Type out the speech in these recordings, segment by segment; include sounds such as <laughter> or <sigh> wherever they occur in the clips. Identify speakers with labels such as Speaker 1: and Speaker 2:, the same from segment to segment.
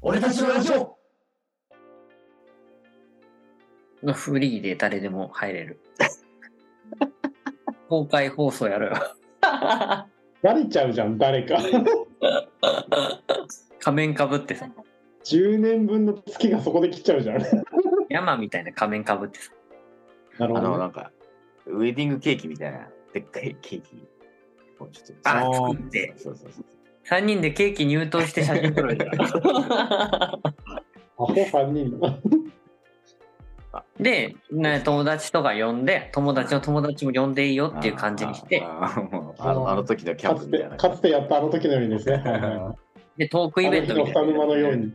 Speaker 1: 俺たちのラジオ
Speaker 2: のフリーで誰でも入れる。公開放送やろよ。
Speaker 1: バレちゃうじゃん誰 <laughs> か
Speaker 2: 仮面かぶってさ、
Speaker 1: 10年分の月がそこで切っちゃうじゃん
Speaker 2: 山みたいな仮面かぶってさ、
Speaker 1: なる
Speaker 3: あ
Speaker 1: ほど、ね、
Speaker 3: の、なんか、ウェディングケーキみたいな、でっかいケーキをちょっと。
Speaker 2: あ
Speaker 1: あー
Speaker 2: 作って、
Speaker 3: そうそうそう。
Speaker 2: 3人でケーキ入刀して写真撮るんだ。
Speaker 1: アホ3人の
Speaker 2: で、ね、友達とか呼んで、友達の友達も呼んでいいよっていう感じにして、
Speaker 3: あー。もうあのあの時のキャ
Speaker 1: か
Speaker 3: ンプ
Speaker 1: つ
Speaker 3: みた
Speaker 1: て
Speaker 3: いな。
Speaker 1: かつてやったあの時の <laughs> ようにですねはいはい
Speaker 2: で、トークイベントみたい
Speaker 1: あの
Speaker 2: な
Speaker 1: 日の。二沼のように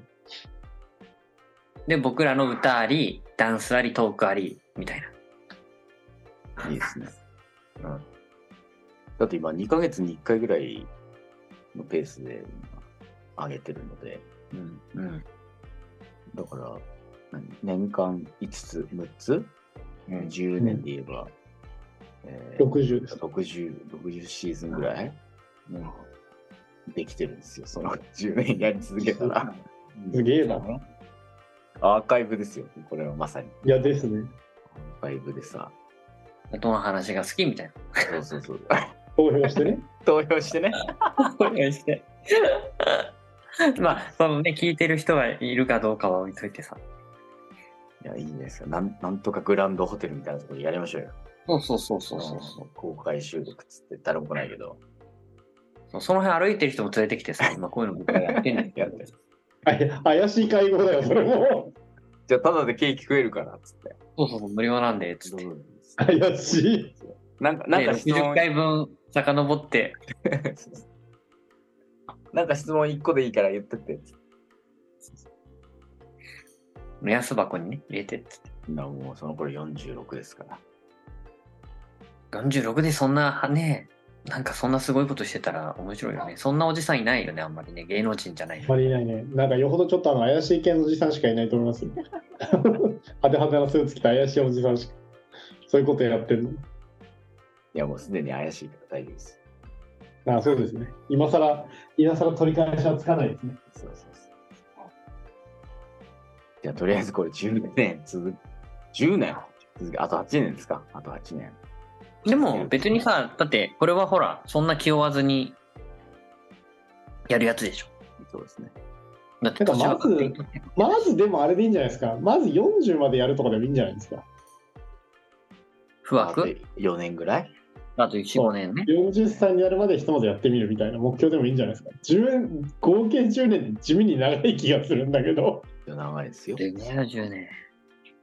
Speaker 2: で、僕らの歌あり、ダンスあり、トークあり、みたいな。
Speaker 3: いいですね。うん。だって今、2ヶ月に1回ぐらいのペースで今上げてるので、
Speaker 2: うん。うん。
Speaker 3: だから、何年間5つ、6つ、
Speaker 2: うん
Speaker 3: 10年で言えば、えー
Speaker 1: 60です
Speaker 3: 60、60シーズンぐらい、うんできてるんですよ。その10年やり続けたら。
Speaker 1: すげえな
Speaker 3: アーカイブですよ。これはまさに。
Speaker 1: いやですね
Speaker 3: アーカイブでさ。
Speaker 2: どの話が好きみたい
Speaker 3: そうそうそう。
Speaker 1: 投票してね
Speaker 3: 投票して <laughs> ね。
Speaker 2: な。お願いして。まあ、そのね、聞いてる人がいるかどうかは置いといてさ。
Speaker 3: いや、いいんですよ。なんなんとかグランドホテルみたいなところでやりましょうよ。
Speaker 2: そうそうそうそうそう
Speaker 3: うん公開収録っつって誰も来ないけど。
Speaker 2: そう。その辺歩いてる人も連れてきてさ、今こういうの僕らやってんだけ
Speaker 3: やっ
Speaker 2: ど
Speaker 3: て。
Speaker 1: あいや <laughs> 怪しい会合だよそれも
Speaker 3: じゃあ、ただでケーキ食えるからっつって。
Speaker 2: そうそうそう、無料なんで、つって。
Speaker 1: 怪しい
Speaker 3: なんか、なん
Speaker 2: で、
Speaker 3: か質問
Speaker 2: 60、回分遡って、
Speaker 3: なんか質問1個でいいから言ってって。
Speaker 2: 目安箱にね、入れてっつって。
Speaker 3: 今もうその頃46ですから。
Speaker 2: 46でそんな、ね、なんかそんなすごいことしてたら面白いよね。そんなおじさんいないよね、あんまりね。芸能人じゃない
Speaker 1: あ
Speaker 2: よ
Speaker 1: んまりいないねなんかよほどちょっとあの怪しい系のおじさんしかいないと思います <laughs> よ派手派手なスーツ着た怪しいおじさんしかそういうことやってるの
Speaker 3: いや、もうすでに怪しいから大丈夫です。
Speaker 1: あそうですね。今さら、今さら取り返しはつかないですね。
Speaker 3: そうそうそう。じゃあ、とりあえずこれ10年続く。10年続けあと8年ですかあと8年。
Speaker 2: でも別にさ、だってこれはほら、そんな気負わずにやるやつでしょ。
Speaker 3: そうですね。
Speaker 2: だって年は勝手に取って
Speaker 1: まずでもあれでいいんじゃないですか。まず40までやるとかでもいいんじゃないですか。
Speaker 2: 不惑
Speaker 3: あと4年ぐらい
Speaker 2: あと1、5年ね。
Speaker 1: 40歳になるまでひとまずやってみるみたいな目標でもいいんじゃないですか。10年合計10年って地味に長い気がするんだけど、
Speaker 3: 長いですよ。
Speaker 2: で、70年。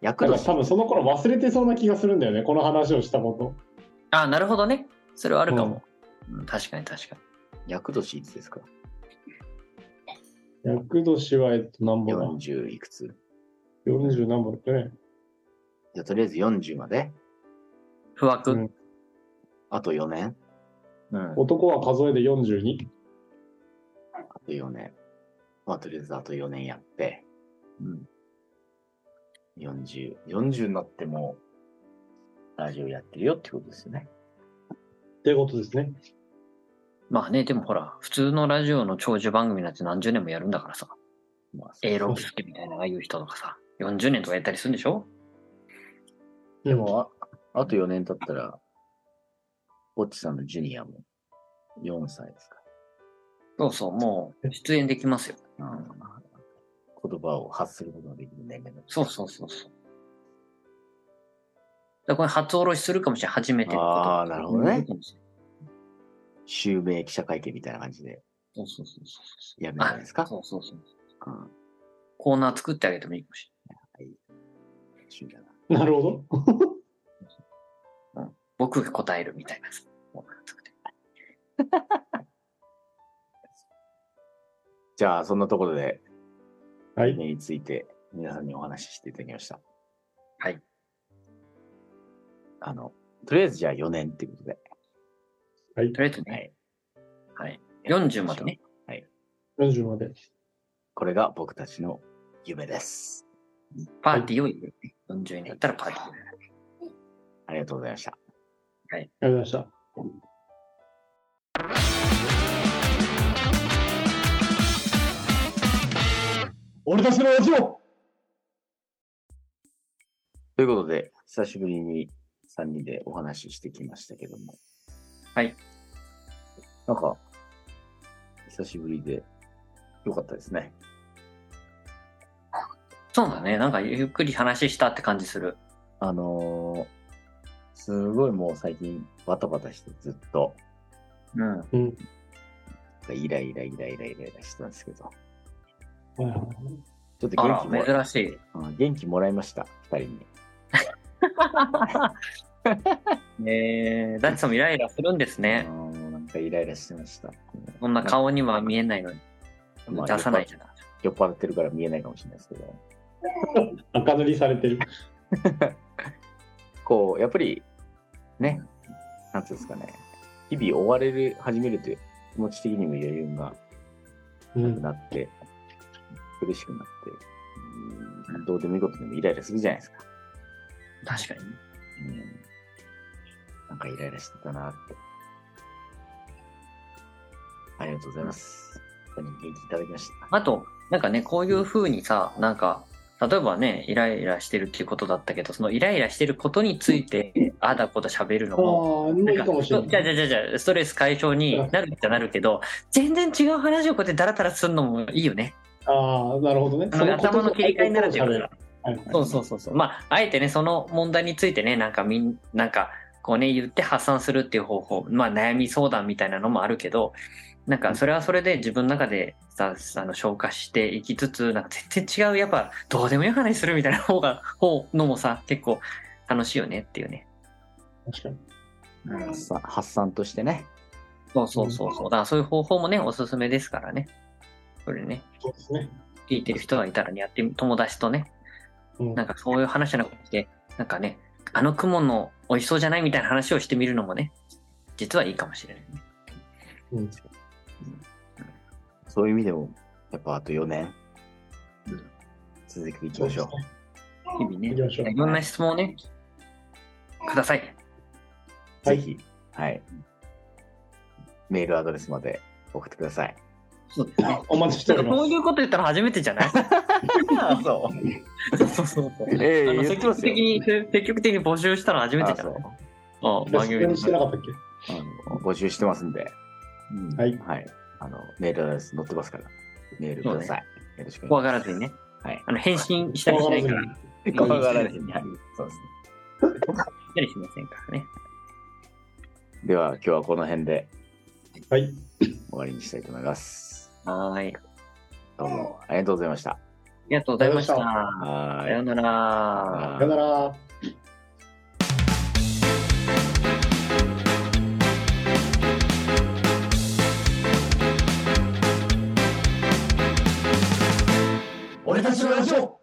Speaker 3: 役
Speaker 1: なん
Speaker 3: の
Speaker 1: か多分その頃忘れてそうな気がするんだよね、この話をしたこと。
Speaker 2: あ、なるほどね。それはあるかも。うん、確かに確かに。
Speaker 3: 役年いつですか
Speaker 1: 厄年は、えっと、何本だ
Speaker 3: ?40 いくつ
Speaker 1: ?40 何本だっけね。
Speaker 3: じゃあとりあえず40まで、
Speaker 2: 不惑、
Speaker 1: うん
Speaker 3: あと4年。うん。あと
Speaker 1: 男は数えで42。
Speaker 3: 4年。まあとりあえずあと4年やって。うん。40。40になっても、ラジオやってるよってことですよね。
Speaker 1: ってことですね。
Speaker 2: まあね、でもほら、普通のラジオの長寿番組なんて何十年もやるんだからさ。
Speaker 3: まあ、
Speaker 2: A ロスケみたいなああいう人とかさ、40年とかやったりするんでしょ
Speaker 3: でもあ、あと4年経ったら、ぼっちさんのジュニアも4歳ですか
Speaker 2: そうそう、もう出演できますよ。
Speaker 3: ら。言葉を発することができる年齢だ
Speaker 2: そうそうそうそう。だからこれ初おろしするかもしれない。初めてのこと
Speaker 3: あーなるほどね
Speaker 2: すかもしれない
Speaker 3: 襲名記者会見みたいな感じで
Speaker 2: そうそうそうそう。
Speaker 3: やるんじゃないですか。
Speaker 2: そうそうそう。
Speaker 3: うん
Speaker 2: コーナー作ってあげてもいいかもしれない。
Speaker 3: 一緒だな
Speaker 1: なるほど。
Speaker 2: 僕が答えるみたいなさコーナー作って
Speaker 3: じゃあ、そんなところで、
Speaker 1: はい。
Speaker 3: 夢について皆さんにお話ししていただきました。
Speaker 2: はい。
Speaker 3: あの、とりあえずじゃあ4年ってことで。
Speaker 2: とりあえず
Speaker 3: は
Speaker 2: ね、
Speaker 3: い。
Speaker 2: はい。40までね。
Speaker 1: 40まで。
Speaker 3: これが僕たちの夢です。
Speaker 2: パーティーを入れる。40年やったらパーティーをやる。
Speaker 3: ありがとうございました。
Speaker 1: ありがとうございました。俺たちの味を
Speaker 3: ということで、久しぶりに3人でお話ししてきましたけども。
Speaker 2: はい。
Speaker 3: なんか、久しぶりで良かったですね。
Speaker 2: そうだね。なんかゆっくり話したって感じする。
Speaker 3: あのーすごいもう最近バタバタしてずっと
Speaker 2: うん。
Speaker 3: イライライライライライラしてたんですけど、
Speaker 1: は
Speaker 3: ちょっと
Speaker 2: あ
Speaker 3: 元気もら
Speaker 2: ら、珍しい。
Speaker 3: うん元気もらいました、2人に。
Speaker 2: えー、ダッチさんもイライラするんですね
Speaker 3: あ。ーなんかイライラしてました。
Speaker 2: こんな顔には見えないのに。
Speaker 3: まあ
Speaker 2: 出さないじゃない。
Speaker 3: 酔っ払ってるから見えないかもしれないですけど、
Speaker 1: 赤塗りされてる。
Speaker 3: こう、やっぱり、ね、なんていうんですかね、日々追われる、始めるという気持ち的にも余裕が
Speaker 1: う
Speaker 3: なく
Speaker 1: ん。
Speaker 3: なって、苦しくなって、うんどうでもいいことでもイライラするじゃないですか。
Speaker 2: 確かに。
Speaker 3: うんなんかイライラしてたなって。ありがとうございます。本当に元気いただきました。
Speaker 2: あと、なんかね、こういう風にさ、なんか、例えばね、イライラしてるっていうことだったけど、そのイライラしてることについて、ああだこと喋るの
Speaker 1: ああ、
Speaker 2: も、
Speaker 1: も
Speaker 2: な
Speaker 1: うい
Speaker 2: ん
Speaker 1: いかもしれ
Speaker 2: じゃあ
Speaker 1: な
Speaker 2: じゃ
Speaker 1: い。
Speaker 2: あじゃあじゃあストレス解消になるっちゃなるけど、全然違う話をこうやってダラダラするのもいいよね。
Speaker 1: ああ、なるほどね。
Speaker 2: その頭の切り替えになるっていうか
Speaker 1: る。はい
Speaker 2: そうそうそうそう。まあ、あえてね、その問題についてね、なんかみん、なんか、こうね、言って発散するっていう方法、まあ、悩み相談みたいなのもあるけど、なんか、それはそれで自分の中でさ、あの、消化していきつつ、なんか全然違う、やっぱ、どうでもよい話するみたいな方が、方のもさ、結構楽しいよねっていうね。
Speaker 1: 確かに。
Speaker 3: 発散発散としてね。
Speaker 2: そうそうそうそう。だから、そういう方法もね、おすすめですからね。それね、
Speaker 1: そうですね。
Speaker 2: 聞いてる人がいたらね、やってみ、友達とね、
Speaker 1: うん
Speaker 2: なんかそういう話じゃなくて、なんかね、あの雲の美味しそうじゃないみたいな話をしてみるのもね、実はいいかもしれないね。
Speaker 1: うん
Speaker 3: そういう意味でも、やっぱあと4年、
Speaker 2: うん
Speaker 3: 続けていき
Speaker 1: そう
Speaker 3: ま
Speaker 1: で
Speaker 3: し
Speaker 1: す
Speaker 3: ょう
Speaker 1: ね。
Speaker 2: 日々ね、
Speaker 1: 行きましょう
Speaker 2: いろんな質問をね、ください。
Speaker 1: はい
Speaker 3: ぜひ、はい。メールアドレスまで送ってください。
Speaker 2: そうですね。
Speaker 1: お待ちして
Speaker 2: なん
Speaker 1: おり
Speaker 2: か
Speaker 1: ま
Speaker 2: こう
Speaker 1: す
Speaker 2: い。うこと言ったら初めてじゃない
Speaker 3: そ
Speaker 2: そうそうそう。
Speaker 3: う。え
Speaker 2: あ
Speaker 3: え
Speaker 2: の
Speaker 3: 言っ
Speaker 2: 積
Speaker 3: てま
Speaker 2: 極
Speaker 3: すよ
Speaker 2: 的に、積極的に募集したの初めて
Speaker 3: あ
Speaker 2: じゃ
Speaker 3: そ
Speaker 2: ないうあ番組
Speaker 1: 出演してな
Speaker 2: の
Speaker 1: かったっけ
Speaker 3: あの募集してますんで、
Speaker 1: はい
Speaker 3: はい。あの、メールアドレス載ってますから、メールください。よろしくお
Speaker 2: 怖が
Speaker 3: 願い
Speaker 2: ら
Speaker 3: し
Speaker 2: ずにね、
Speaker 3: はい
Speaker 2: あの返信したりしないから、
Speaker 1: 怖がらずに
Speaker 2: し
Speaker 3: ま
Speaker 2: ずに
Speaker 3: す。怖がらずに。はい。そうです
Speaker 2: たりしませんからね。
Speaker 3: ね。では、今日はこの辺で
Speaker 1: はい。
Speaker 3: 終わりにしたいと思います。
Speaker 2: はーい。あ
Speaker 3: どうもありがとうございました。
Speaker 2: りがとうございました。
Speaker 1: ありが
Speaker 2: さ
Speaker 3: はーい。
Speaker 2: ようなら。
Speaker 1: さよなら。
Speaker 3: 俺たちのラジオ